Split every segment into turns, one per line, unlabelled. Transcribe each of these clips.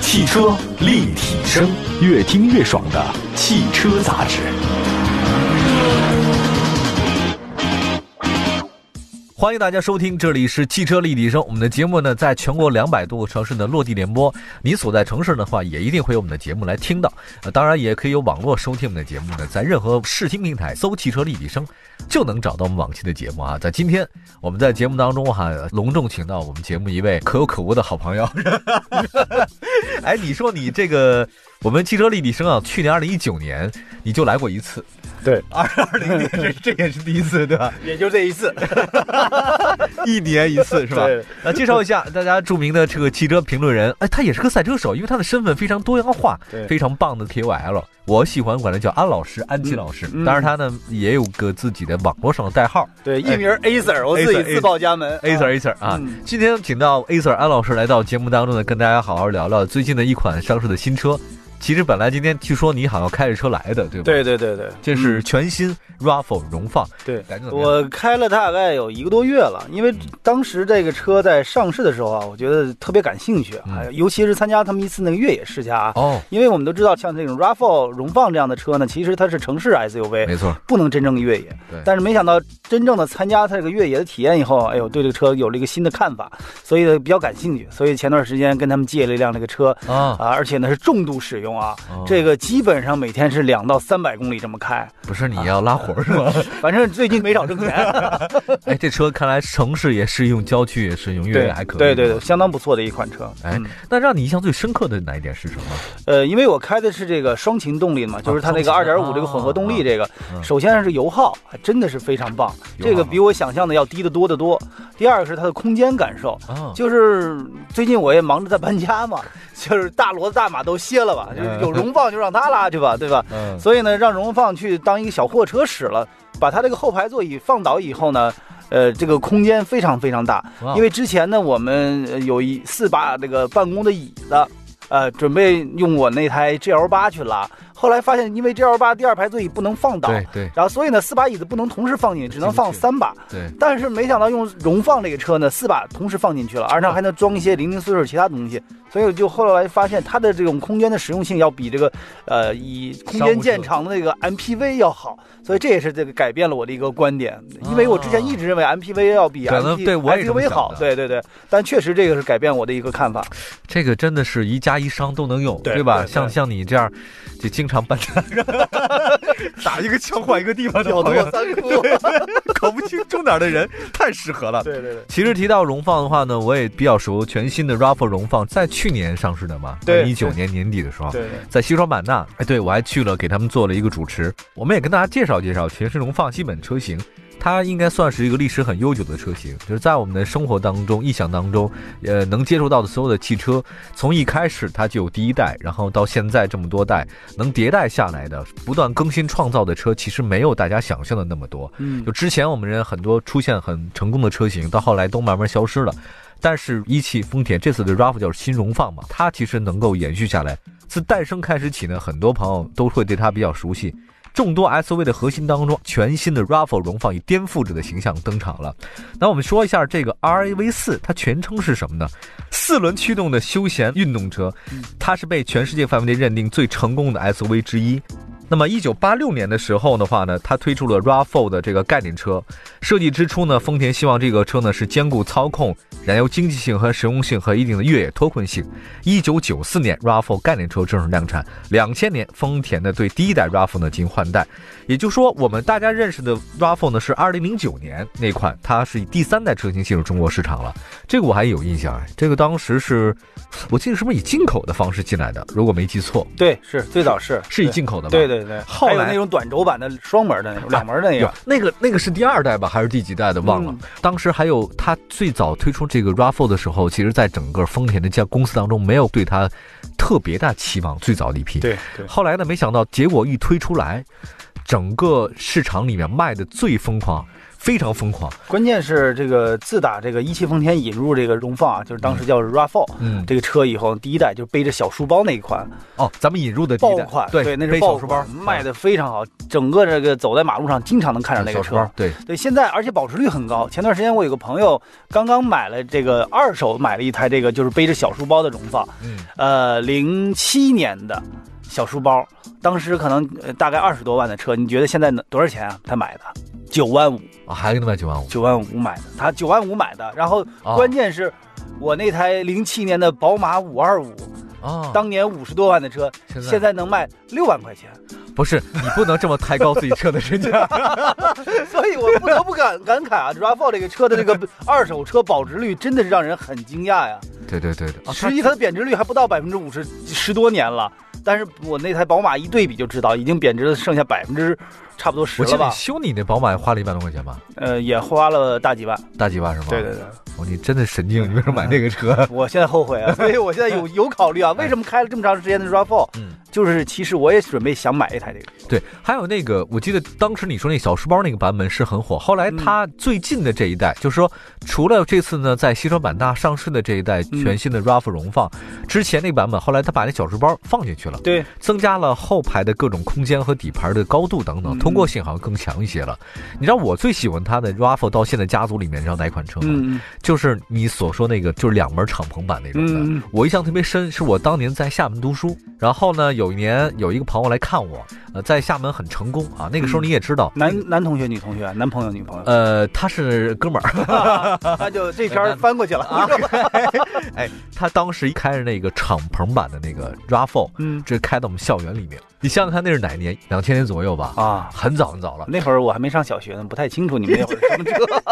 汽车立体声，越听越爽的汽车杂志。
欢迎大家收听，这里是汽车立体声。我们的节目呢，在全国两百多个城市呢落地联播。你所在城市的话，也一定会有我们的节目来听到。呃，当然也可以有网络收听我们的节目呢，在任何视听平台搜“汽车立体声”，就能找到我们往期的节目啊。在今天我们在节目当中哈、隆重请到我们节目一位可有可无的好朋友。哎，你说你这个我们汽车立体声啊，去年二零一九年你就来过一次，
对，
二二零年这 这也是第一次对吧？
也就这一次，
一年一次是吧
对？
那介绍一下大家著名的这个汽车评论人，哎，他也是个赛车手，因为他的身份非常多元化，
对
非常棒的 KOL。我喜欢管他叫安老师，安琪老师。
嗯啊
当然，他呢也有个自己的网络上的代号
对，艺名
哎
A Sir，我
Acer，
自己自报家门。
，Acer Acer 啊。
嗯
今天请到 Acer 安老师来到节目当中呢，跟大家好好聊聊最近的一款上市的新车。其实本来今天据说你好像开着车来的，对吧？，
对对对对，
这是全新 RAV4 荣放，
对
感觉怎么样？
我开了大概有一个多月了，因为当时这个车在上市的时候啊，我觉得特别感兴趣，
嗯
还有尤其是参加他们一次那个越野试驾啊。
哦，
因为我们都知道，像这种 RAV4 荣放这样的车呢，其实它是城市 SUV，
没错，
不能真正越野
对。
哎但是没想到真正的参加它这个越野的体验以后，哎呦，对这个车有了一个新的看法，所以比较感兴趣。所以前段时间跟他们借了一辆这个车
啊，
啊，而且呢是重度使用啊，
哦
这个基本上每天是两到三百公里这么开，
不是你要拉活儿是吗？
反正最近没少挣钱。
哎，这车看来城市也适用，郊区也适用， 越野还可以。
对对对，。相当不错的一款车。
哎
嗯，
那让你印象最深刻的哪一点是什么？
呃，因为我开的是这个双擎动力的嘛，就是它那个
啊双
二
擎
点五这个混合动力这个
嗯，
首先是油耗，还真的是非常棒，
油耗
这个比我想象的要低得多得多。第二个是它的空间感受。
啊，
就是最近我也忙着在搬家嘛， 就是大骡子大马都歇了吧，就是
哎
有荣放就让它拉去吧，对吧？
嗯，
所以呢，让荣放去当一个小货车使了，把它这个后排座椅放倒以后呢，呃，这个空间非常非常大。
哇哦
因为之前呢，我们呃有一四把这个办公的椅子，呃，准备用我那台 GL 八去拉，后来发现因为 GL 八第二排座椅不能放倒。
对对
然后，所以呢，四把椅子不能同时放进去，只能放
进去
三把。
对，
但是没想到用荣放这个车呢，四把同时放进去了，而
哦
且还能装一些零零碎碎其他东西，所以我就后来发现它的这种空间的实用性要比这个呃以空间见长的那个 MPV 要好，所以这也是这个改变了我的一个观点，因为我之前一直认为 MPV 要比
对那
MP
哦对我也这么
MPV
想的
好，对对对，但确实这个是改变我的一个看法，
这个真的是一家一商都能有，
对
吧？
对对
像像你这样，就经常搬家， 打一个枪换一个地方的
狡
朋
兔
友，
三窟，
搞不清重点的人，太适合了。
对对对。
其实提到荣放的话呢，我也比较熟，全新的 RAV4 荣放在去年上市的嘛，
对
一九年年底的时候，
对，
在西双版纳，哎，对我还去了，给他们做了一个主持。我们也跟大家介绍介绍全时荣放基本车型，它应该算是一个历史很悠久的车型，就是在我们的生活当中、意想当中，呃，能接触到的所有的汽车，从一开始它就有第一代，然后到现在这么多代，能迭代下来的、不断更新创造的车，其实没有大家想象的那么多。
嗯
就之前我们人很多出现很成功的车型，到后来都慢慢消失了。但是一汽丰田这次的 RAV 就是新荣放嘛，它其实能够延续下来。自诞生开始起呢，很多朋友都会对它比较熟悉。众多 SUV 的核心当中，全新的 RAV4 荣放以颠覆者的形象登场了。那我们说一下这个 RAV 四，它全称是什么呢？四轮驱动的休闲运动车
嗯，
它是被全世界范围内认定最成功的 SUV 之一。那么，一九八六年的时候的话呢，它推出了 RAV4 的这个概念车。设计之初呢，丰田希望这个车呢是兼顾操控、燃油经济性和实用性和一定的越野脱困性。一九九四年，RAV4 概念车正式量产。两千年，丰田呢对第一代 RAV4 呢进行换代。也就是说，我们大家认识的 RAV4 呢是二零零九年那款，它是以第三代车型进入中国市场了。这个我还有印象，哎，这个当时是我记得是不是以进口的方式进来的？如果没记错，
对，是最早是
是以进口的吧？
对对对，
后
还有
来
那种短轴版的双门的那种，两门的那
有
种，
那个那个是第二代吧，还是第几代的忘了。
嗯
当时还有它最早推出这个 RAV4 的时候，其实在整个丰田的家公司当中，没有对它特别大期望。最早的一批，
对对
后来呢，没想到结果一推出来，整个市场里面卖的最疯狂，非常疯狂。
关键是这个自打这个一汽丰田引入这个荣放啊，就是当时叫 RAV4、
嗯，
这个车以后，第一代就背着小书包那一款
哦，咱们引入的第
爆
一代
款，
对，
那是
背
爆
小书包
款卖的非常好，整个这个走在马路上经常能看
啊
着那
小
个
书
车
包。对，
对，现在而且保值率很高。前段时间我有个朋友刚刚买了这个二手买了一台这个就是背着小书包的荣放，
嗯，
呃，零七年的小书包，当时可能、呃大概二十多万的车，你觉得现在能多少钱啊？他买的九万五，
啊，还给他卖九万五，
九万五买的，他九万五买的。然后
啊
关键是，我那台零七年的宝马五二五，
啊，
当年五十多万的车，
现在
现在能卖六万块钱，
不是你不能这么抬高自己车的身价，
所以我不得不感感慨 啊，RAV4 这个车的这个二手车保值率真的是让人很惊讶呀。
对对对对，啊
实际它的贬值率还不到百分之五十，十多年了。但是我那台宝马一对比就知道，已经贬值了，剩下百分之差不多十
我记
了
得你
吧？
修你那宝马花了一百多块钱吧，
呃，也花了大几万。
大几万是吗？
对对对，
哦，你真的神经，你为什么买那个车？
我现在后悔啊，所 以我现在有有考虑啊，为什么开了这么长时间的 RAV4？
嗯，
就是其实我也准备想买一台这个。
对，还有那个，我记得当时你说那小书包那个版本是很火，后
嗯
来它最近的这一代，就是说，除了这次呢在西双版纳上市的这一代
嗯
全新的 RAV 荣放，之前那个版本，后来他把那小书包放进去了，
对，
增加了后排的各种空间和底盘的高度等等，
嗯
通过性好像更强一些了。你知道我最喜欢它的 RAV 到现在家族里面，你知道哪款车吗？
嗯
就是你所说那个，就是两门敞篷版那种的。
嗯
我印象特别深，是我当年在厦门读书，然后呢，有一年有一个朋友来看我，呃，在厦门很成功啊。那个时候你也知道，
嗯男男同学、女同学、男朋友、女 朋友，
呃，他是哥们儿，
那就这篇翻过去了啊。
哎，他当时开着那个敞篷版的那个 RAV4，
嗯
这开到我们校园里面。你想想看，那是哪年？两千年左右吧，
啊，
很早很早了。
那会儿我还没上小学呢，不太清楚你们那会儿 什么车。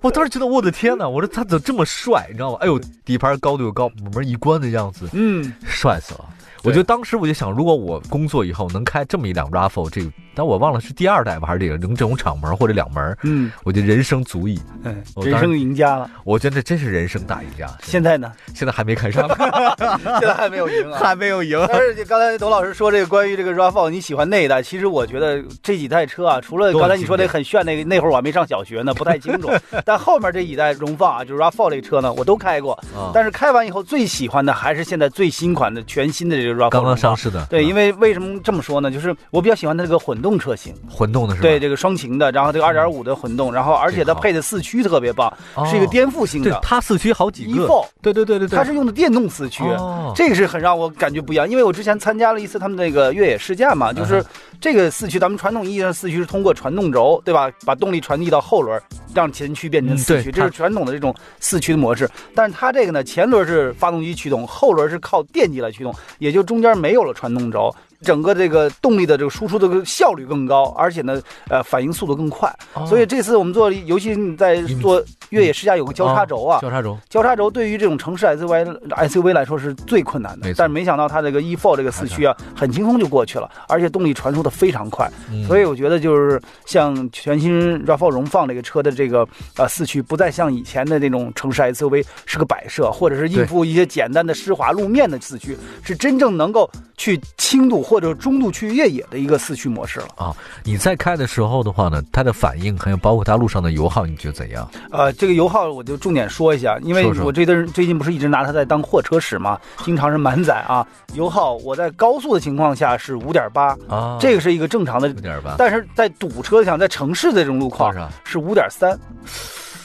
我当时觉得我的天哪，我说他怎么这么帅，你知道吗？哎呦，底盘高度又高，门一关的样子，
嗯，
帅死了！
对
我觉得当时我就想，如果我工作以后能开这么一辆 RAV4，这个，但我忘了是第二代吧，还是这个能这种敞门或者两门，
嗯，
我觉得人生足矣。
嗯
我
人
哦当然
生赢家了。
我觉得这真是人生大赢家。
现在呢？
现在还没看上，
现在还没有赢 啊。
没有赢。
但是就刚才董老师说这个关于这个 RAV4，你喜欢那一代，其实我觉得这几代车啊，除了
都很
刚才你说那很炫那个，那会儿我还没上小学呢，不太清 楚。但后面这一代荣放啊，就是 RAV4 这个车呢，我都开过。
啊
但是开完以后，最喜欢的还是现在最新款的全新的这个 RAV4。
刚刚上。市的，
对，因
为
为为什么这么说呢？就是我比较喜欢它这个混动车型，
嗯混动的是吧？
对这个双擎的，然后这个2.5的混动，然后而且它
这个好
配的四驱特别棒，
哦，
是一个颠覆性
对
的。
它四驱好几个，
E4
对对对对对，
它是用的电动四驱，
哦
这个是很让我感觉不一样，因为我之前参加了一次他们那个越野试驾嘛，就是
嗯
这个四驱，咱们传统意义上四驱是通过传动轴，对吧，把动力传递到后轮，让前驱变成
嗯
四
对
驱，这是传统的这种四驱的模式。但是它这个呢，前轮是发动机驱动，后轮是靠电机来驱动，也就中间没有了传动轴。整个这个动力的这个输出的这个效率更高，而且呢，呃，反应速度更快。
哦
所以这次我们做，尤其你在
你们
做越野试驾，有个交叉轴啊，
交叉轴，
交叉轴对于这种城市 SUV SUV 来说是最困难
没
的
错，
但是没想到它这个 E4 这个四驱啊，很轻松就过去了，而且动力传输的非常快，
嗯
所以我觉得就是像全新 RAV4 荣放这个车的这个呃四驱，不再像以前的那种城市 SUV 是个摆设，或者是应付一些简单的湿滑路面的四驱，是真正能够去轻度或者中度去越野的一个四驱模式了。
啊你在开的时候的话呢，它的反应还有包括它路上的油耗，你觉得怎样？
呃，这个油耗我就重点说一下，因为
说说
我这段最近不是一直拿它在当货车使嘛，经常是满载啊。油耗我在高速的情况下是五点八，
啊，
这个是一个正常的
有，点吧，
但是在堵车上，在城市的这种路
多
况
少？
是五点三。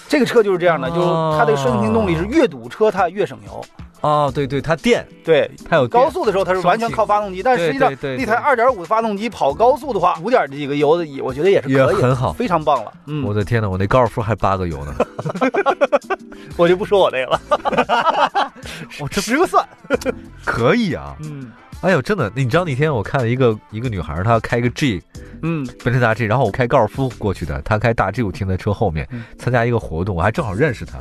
这个车就是这样的，
哦
就是它的升停动力是越堵车它越省油。
哦，对对，它电，
对，
它有电
高速的时候它是完全靠发动机，但是实际上
对对对
那台二点五的发动机跑高速的话，五点几个油的也我觉得也是
也
可以的，
很好。
非常棒了。嗯，
我的天呐，我那高尔夫还八个油呢，
我就不说我这个了，
我这
十个算。
可以啊！
嗯
哎呦，真的，你知道那天我看了一个一个女孩，她开个 G
嗯。
奔驰大 G，然后我开高尔夫过去的，她开大 G，我停在车后面
嗯
参加一个活动，我还正好认识她。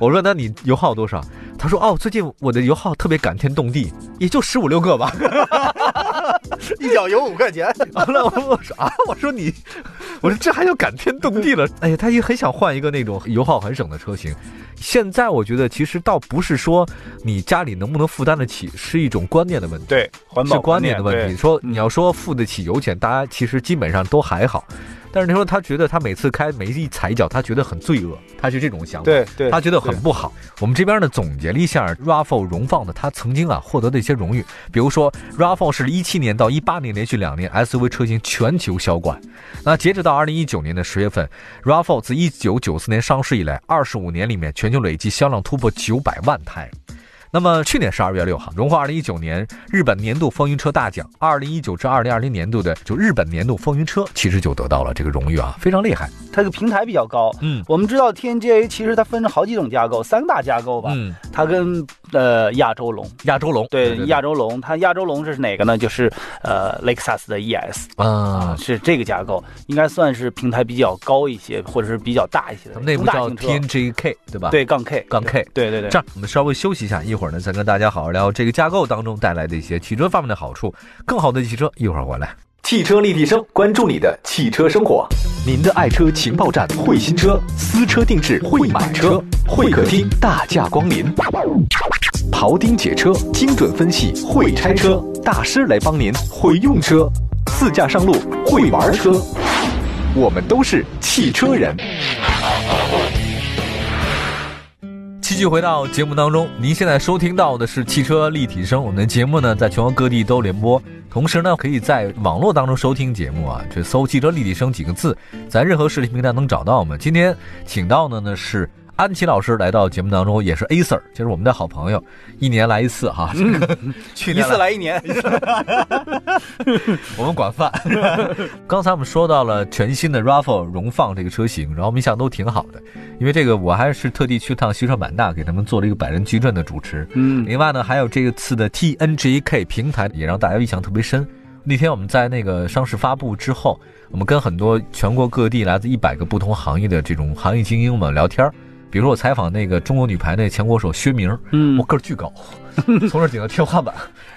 我说：“那你油耗多少？”她说：“哦，最近我的油耗特别感天动地，也就十五六个吧。”
一脚油五块钱。
完了，我说啊，我说你，我说这还要感天动地了。哎呀，他也很想换一个那种油耗很省的车型。现在我觉得其实倒不是说你家里能不能负担得起，是一种观念的问题，
对，环
是
保
观念的问题。
对。嗯
说你要说付得起油钱，大家其实基本上都还好。但是他说他觉得他每次开每一踩一脚，他觉得很罪恶，他是这种想法。
对对，
他觉得很
对
不好。我们这边呢总结了一下 RAV4 荣放的它曾经啊获得的一些荣誉，比如说 RAV4 是一七年到一八年连续两年 SUV 车型全球销冠。那截止到二零一九年的十月份，RAV4 自一九九四年上市以来，二十五年里面全球累计销量突破九百万台。那么去年十二月六号，荣获二零一九年日本年度风云车大奖，二零一九至二零二零年度的就日本年度风云车，其实就得到了这个荣誉啊，非常厉害。
它这个平台比较高。
嗯
我们知道 TNGA 其实它分了好几种架构，三大架构吧。
嗯，
它跟呃亚洲龙，
亚洲龙，
对亚洲龙，它亚洲龙是哪个呢？就是呃雷克萨斯的 ES
啊，
是这个架构，应该算是平台比较高一些，或者是比较大一些的
咱们内部
中大
叫
型车。
TNGK 对吧？，
对杠 K，
杠 K。
对对对
这，样，我们稍微休息一下，一会儿呢，再跟大家好好聊这个架构当中带来的一些汽车方面的好处，更好的汽车，一会儿回来。
汽车立体声，关注你的汽车生活。您的爱车情报站，会新车，私车定制，会买车，会客厅大驾光临，庖丁解车，精准分析，会拆车，大师来帮您，会用车，自驾上路，会玩车，我们都是汽车人。
继续回到节目当中，您现在收听到的是汽车立体声，我们的节目呢在全国各地都联播，同时呢可以在网络当中收听节目啊，这搜“汽车立体声”几个字，在任何视频平台能找到我们。今天请到的呢是安琪老师来到节目当中，也是 A Sir，就是我们的好朋友，一年来一次哈、这个 去
一
年
次来一嗯年，
我们管饭。 刚才我们说到了全新的 RAV4 荣放这个车型，然后我们印象都挺好的，因为这个我还是特地去趟西双版纳，给他们做了一个百人矩阵的主持。
嗯，
另外呢，还有这次的 TNGK 平台也让大家印象特别深。那天我们在那个上市发布之后，我们跟很多全国各地来自一百个不同行业的这种行业精英们聊天儿比如说我采访那个中国女排那前国手薛明，
嗯
我个儿巨高，从这顶到天花板。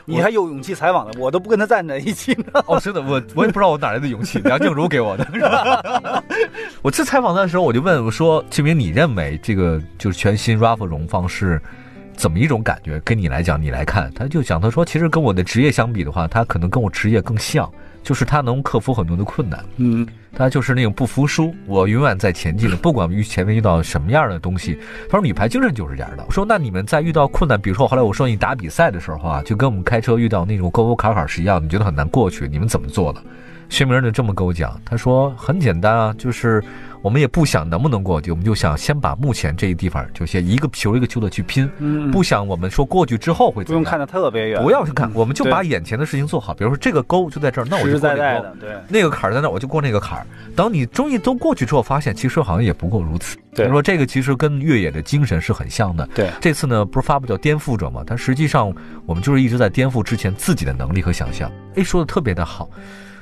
你还有勇气采访的，我都不跟他站在一起呢。
哦，真的，我我也不知道我哪来的勇气，梁静茹给我的。是吧我这采访他的时候，我就问我说：“志明，你认为这个就是全新 RAV 荣放是怎么一种感觉？跟你来讲，你来看。”他就讲，他说其实跟我的职业相比的话，他可能跟我职业更像，就是他能克服很多的困难。
嗯，
他就是那种不服输，我永远在前进的，不管遇前面遇到什么样的东西。他说女排精神就是这样的。我说那你们在遇到困难，比如说后来我说你打比赛的时候啊，就跟我们开车遇到那种沟沟坎坎是一样，你觉得很难过去，你们怎么做的？薛明就这么跟我讲，他说很简单啊，就是我们也不想能不能过去，我们就想先把目前这一地方就先一个球一个球的去拼，
嗯
不想我们说过去之后会
不
怎么
用
样，
看得特别远，
不要去看，我们就
对
把眼前的事情做好。比如说这个沟就在这儿，那我
实
就
实
过
在
这个
在
沟。
的，对。
那个坎儿在那儿，我就过那个坎儿。等你终于都过去之后，发现其实好像也不过如此。
对
他说这个其实跟越野的精神是很像的。
对，
这次呢不是发布叫颠覆者嘛？但实际上我们就是一直在颠覆之前自己的能力和想象。哎，说的特别的好。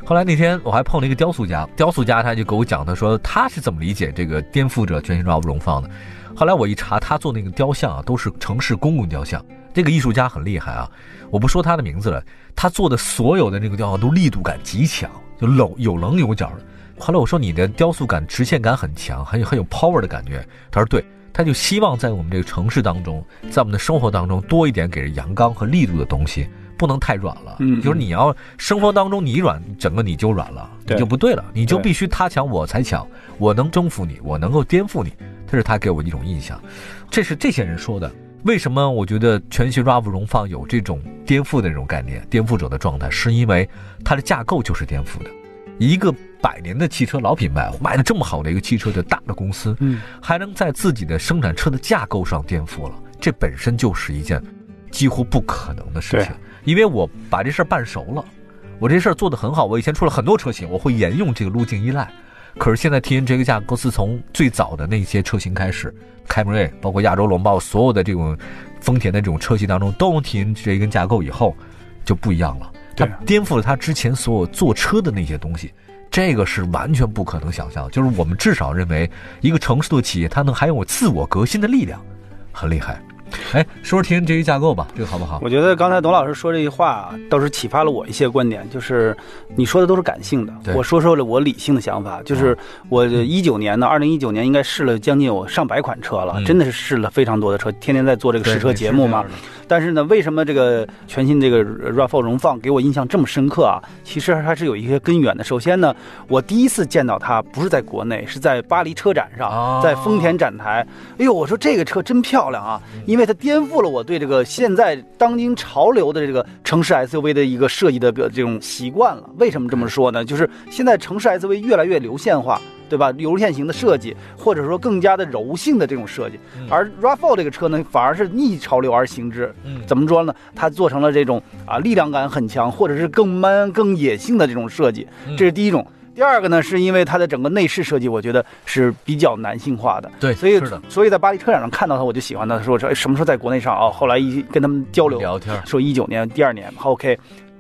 后来那天我还碰了一个雕塑家，雕塑家他就给我讲，他说他是怎么理解这个颠覆者全新 RAV 荣放的。后来我一查，他做那个雕像啊，都是城市公共雕像。这个艺术家很厉害啊，我不说他的名字了，他做的所有的那个雕像都力度感极强，就棱有棱有角的。后来我说你的雕塑感、直线感很强，很有很有 power 的感觉。他说对，他就希望在我们这个城市当中，在我们的生活当中多一点给人阳刚和力度的东西，不能太软了。
嗯
就是你要生活当中你软，整个你就软了，你
对
就不对了，你就
对
必须他强我才强，我能征服你，我能够颠覆你。这是他给我一种印象，这是这些人说的。为什么我觉得全新 RAV 荣放有这种颠覆的那种概念、颠覆者的状态？是因为它的架构就是颠覆的。一个百年的汽车老品牌，卖的这么好的一个汽车的大的公司，
嗯，
还能在自己的生产车的架构上颠覆了，这本身就是一件几乎不可能的事情。因为我把这事儿办熟了，我这事儿做得很好，我以前出了很多车型，我会沿用这个路径依赖。可是现在 T N 这个架构，自从最早的那些车型开始，凯美瑞，包括亚洲龙，包括所有的这种丰田的这种车型当中，都用 T N 这一根架构以后，就不一样了。它
对
颠覆了它之前所有坐车的那些东西，这个是完全不可能想象。就是我们至少认为，一个成熟的企业，它能还有自我革新的力量，很厉害。哎，说说田这一架构吧，这个好不好？
我觉得刚才董老师说这句话啊倒是启发了我一些观点，就是你说的都是感性的
对，嗯
我说说了我理性的想法。就是我一九年呢，二零一九年应该试了将近有上百款车了，
嗯
真的是试了非常多的车，天天在做这个试车节目嘛。但是呢，为什么这个全新这个 RAV4 荣放给我印象这么深刻啊？其实还是有一些根源的。首先呢，我第一次见到它不是在国内，是在巴黎车展
哦
上，在丰田展台。哎呦，我说这个车真漂亮啊！
嗯
因为它颠覆了我对这个现在当今潮流的这个城市 SUV 的一个设计的个这种习惯了。为什么这么说
嗯
呢？就是现在城市 SUV 越来越流线化。对吧？流线型的设计，或者说更加的柔性的这种设计，
嗯
而 RAV4 这个车呢，反而是逆潮流而行之。
嗯
怎么说呢？它做成了这种啊力量感很强，或者是更 man、更野性的这种设计
嗯，
这是第一种。第二个呢，是因为它的整个内饰设计，我觉得是比较男性化的，
对，
所以
是的，
所以在巴黎车展上看到它，我就喜欢它，说这什么时候在国内上啊？后来一跟他们交流，
聊天儿，
说一九年第二年好，OK。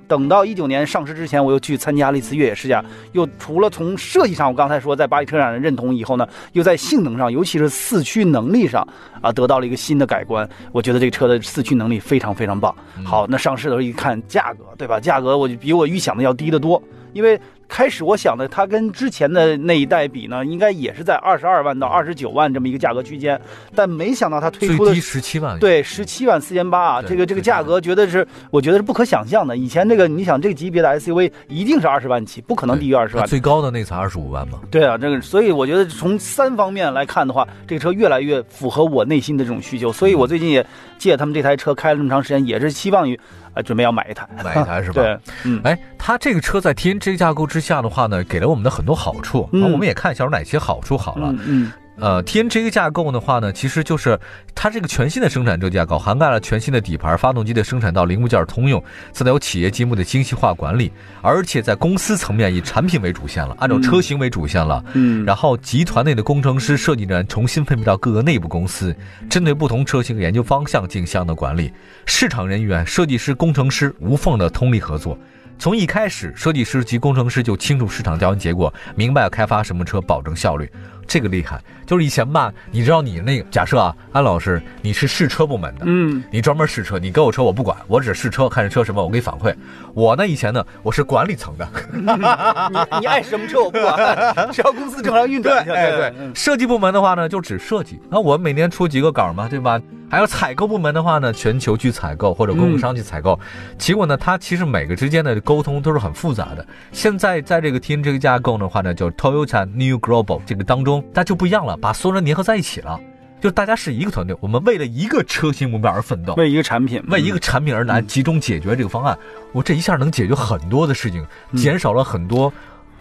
等到一九年上市之前，我又去参加了一次越野试驾，又除了从设计上，我刚才说在巴黎车展的认同以后呢，又在性能上，尤其是四驱能力上啊，得到了一个新的改观。我觉得这个车的四驱能力非常非常棒。
嗯
好，那上市的时候一看价格，对吧？价格我就比我预想的要低得多，因为开始我想的它跟之前的那一代比呢，应该也是在二十二万到二十九万这么一个价格区间，但没想到它推
最
出的
低十七万，
对，十七万四千八啊，
对
这个这
对
个
对
价格，觉得是我觉得是不可想象的。以前这个你想这个级别的 SUV 一定是二十万起，不可能低于二十
它
万。
啊最高的那才二十五 万嘛。
对啊，这个所以我觉得从三方面来看的话，这个车越来越符合我内心的这种需求。所
嗯
以我最近也借他们这台车开了这么长时间，也是期望于呃准备要买一台。
买一台是吧？
对，嗯，
哎，它这个车在 TNGA 架构之下的话呢，给了我们的很多好处。
嗯
啊我们也看一下有哪些好处好了。
嗯嗯，
呃，TNGA 架构的话呢，其实就是它这个全新的生产车架构，涵盖了全新的底盘、发动机的生产到零部件通用，自带有企业积木的精细化管理，而且在公司层面以产品为主线了，按照
嗯
车型为主线了。
嗯，
然后集团内的工程师、设计人重新分配到各个内部公司，针对不同车型研究方向进行相应的管理。市场人员、设计师、工程师无缝的通力合作。从一开始，设计师及工程师就清楚市场调研结果，明白要开发什么车，保证效率。这个厉害，就是以前吧，你知道你那个假设啊，安老师你是试车部门的，
嗯
你专门试车，你给我车我不管，我只试车，看这车什么我给你反馈。我呢以前呢我是管理层的，
你你爱什么车我不 管，只要公司正常运转就行。嗯
哎对，设计部门的话呢，就只设计啊，我每年出几个稿嘛，对吧？还有采购部门的话呢，全球去采购或者供应商去采购，结果呢，它其实每个之间的沟通都是很复杂的。现在在这个 t 这个架构的话呢，叫 Toyota New Global 这个当中，它就不一样了，把所有人粘合在一起了，就大家是一个团队，我们为了一个车型目标而奋斗。
为一个产品，
为一个产品而难，
嗯
集中解决这个方案，我这一下能解决很多的事情，
嗯
减少了很多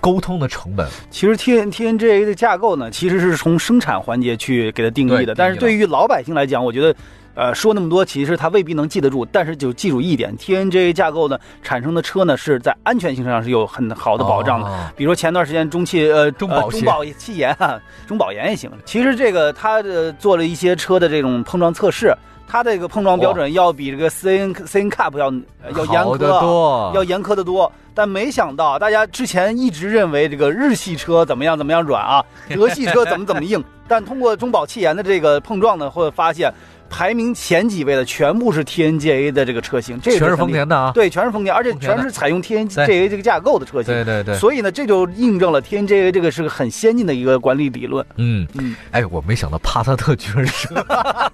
沟通的成本。
其实 T N T N G A 的架构呢，其实是从生产环节去给它定
对定
义
义了
的。但是对于老百姓来讲，我觉得，呃，说那么多其实他未必能记得住。但是就记住一点，T N G A 架构呢产生的车呢是在安全性上是有很好的保障的。
哦
比如说前段时间中汽呃
中保
呃
协
中保汽研啊，中保研也行。其实这个它呃做了一些车的这种碰撞测试，它这个碰撞标准要比这个 C N C N Cup 要呃要严
好
苛
得
啊
多，
要严苛得多。但没想到，大家之前一直认为这个日系车怎么样怎么样 软啊，德系车怎么怎么硬。 但通过中保汽研的这个碰撞呢，会发现排名前几位的全部是 TNGA 的这个车型，这个
全是
很
丰
厉害，
田的啊。
对，全是丰田，而且
丰田的
全是采用 TNGA 这个架构的车型。
对对对，
所以呢，这就印证了 TNGA 这个是个很先进的一个管理理论。
嗯，
嗯，
哎，我没想到帕萨特居然是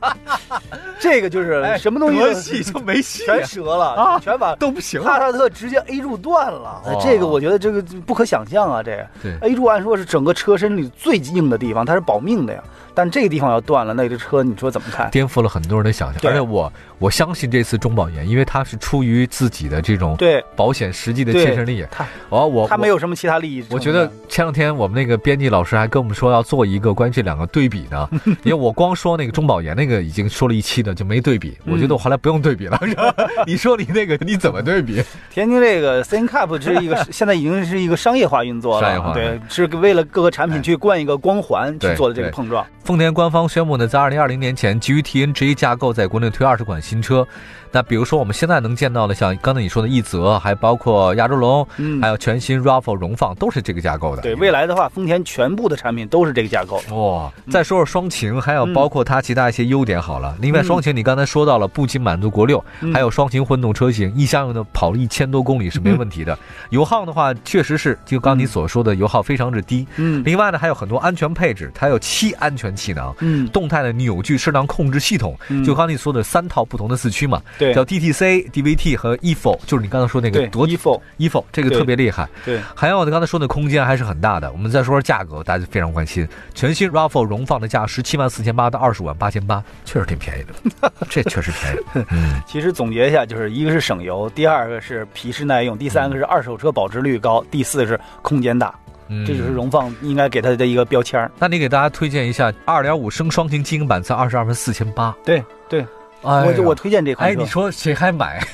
这个就是什么东西
哎德
哎都
系就没戏啊
全折了，
啊
全把
都不行
帕
了。
萨特直接 A 柱断了，哎
哦
这个我觉得这个不可想象啊！这个
对
A 柱按说是整个车身里最硬的地方，它是保命的呀，但这个地方要断了，那这车你说怎么看？
颠覆了很多人的想象，
对
而且我我相信这次中保研，因为它是出于自己的这种
对
保险实际的
对
切身利益。
他，
哦，我
它没
有，
有什么其他利益成分。
我觉得前两天我们那个编辑老师还跟我们说要做一个关于这两个对比呢，因为我光说那个中保研那个已经说了一期的就没对比，我觉
嗯
得我后来不用对比了。 你说你那个你怎么对比？
天津这个 C N Cup 是 一个现在已经是一个商业化运作
商业化哎
了，对，是为了各个产品去冠一个光环
对
去做的这个
对
碰撞。
丰田官方宣布呢，在二零二零年前，基于 TNGA 架构在国内推二十款新车。那比如说我们现在能见到的，像刚才你说的奕泽，还包括亚洲龙，
嗯
还，有全新 RAV4 荣放，都是这个架构的。
对，未来的话，丰田全部的产品都是这个架构。
哇、再说说双擎，还有包括它其他一些优点好了。另外，
嗯
双擎你刚才说到了，不仅满足国六，
嗯
还有双擎混动车型，一箱呢跑了一千多公里是没问题的。油耗的话，确实是就刚你所说的油耗非常之低。
嗯
另外呢，还有很多安全配置，它有七安全气囊。
嗯，
动态的扭矩适当控制系统，
嗯
就刚才你说的三套不同的四驱嘛，
对
叫 DTC、DVT 和 EFO，就是你刚才说那个
对
多
EFO
EFO 这个
对
特别厉害。
对，
还有呢，刚才说的空间还是很大的。我们再说说价格，大家非常关心。全新 RAV4 荣放的价十七万四千八到二十五万八千八，确实挺便宜 的，这确实便宜。嗯，
其实总结一下，就是一个是省油，第二个是皮实耐用，第三个是二手车保值率高，第四个是空间大，
嗯
这就是荣放应该给它的一个标签儿。
那你给大家推荐一下二点五升双擎精英版，才二十二万四千八。
对对，
哎
我就
呀
我推荐这款
哎，
车
你，说谁还买？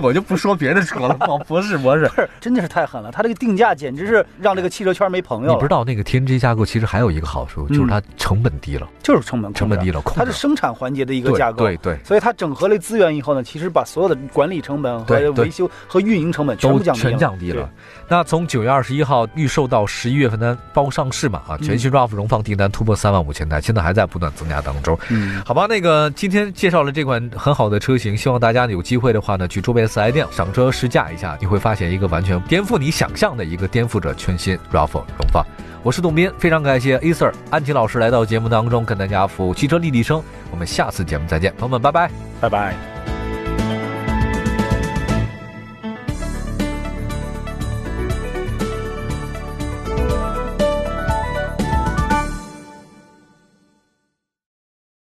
我就不说别的 车了，博士博士，
真的是太狠了，它这个定价简直是让这个汽车圈没朋
你
友
不知
了，
道那个 TNG 架构其实还有一个好处，就是它成本低了，
就是成本控制
成本低了，控
它
制啊
是生产环节的一
对
个架构。
对对，
所以它整合了资源以后呢，其实把所有的管理成本
对
和
对
维修和运营成本全
都
部降低了，
全降低了。那从九月二十一号预售到十一月份呢，包括上市嘛啊，全
嗯
新 RAV 荣放订单突破三万五千台，现在还在不断增加当中。
对。嗯，
好吧，那个今天介绍了这款很好的车型，希望大家有机会的话呢，去周边四 S 店赏车试驾一下，你会发现一个完全颠覆你想象的一个颠覆者全新 RAV4 荣放。我是董斌，非常感谢 E A Sir 安琪老师来到节目当中跟大家服务汽车立体声，我们下次节目再见，朋友们，拜拜。
拜拜。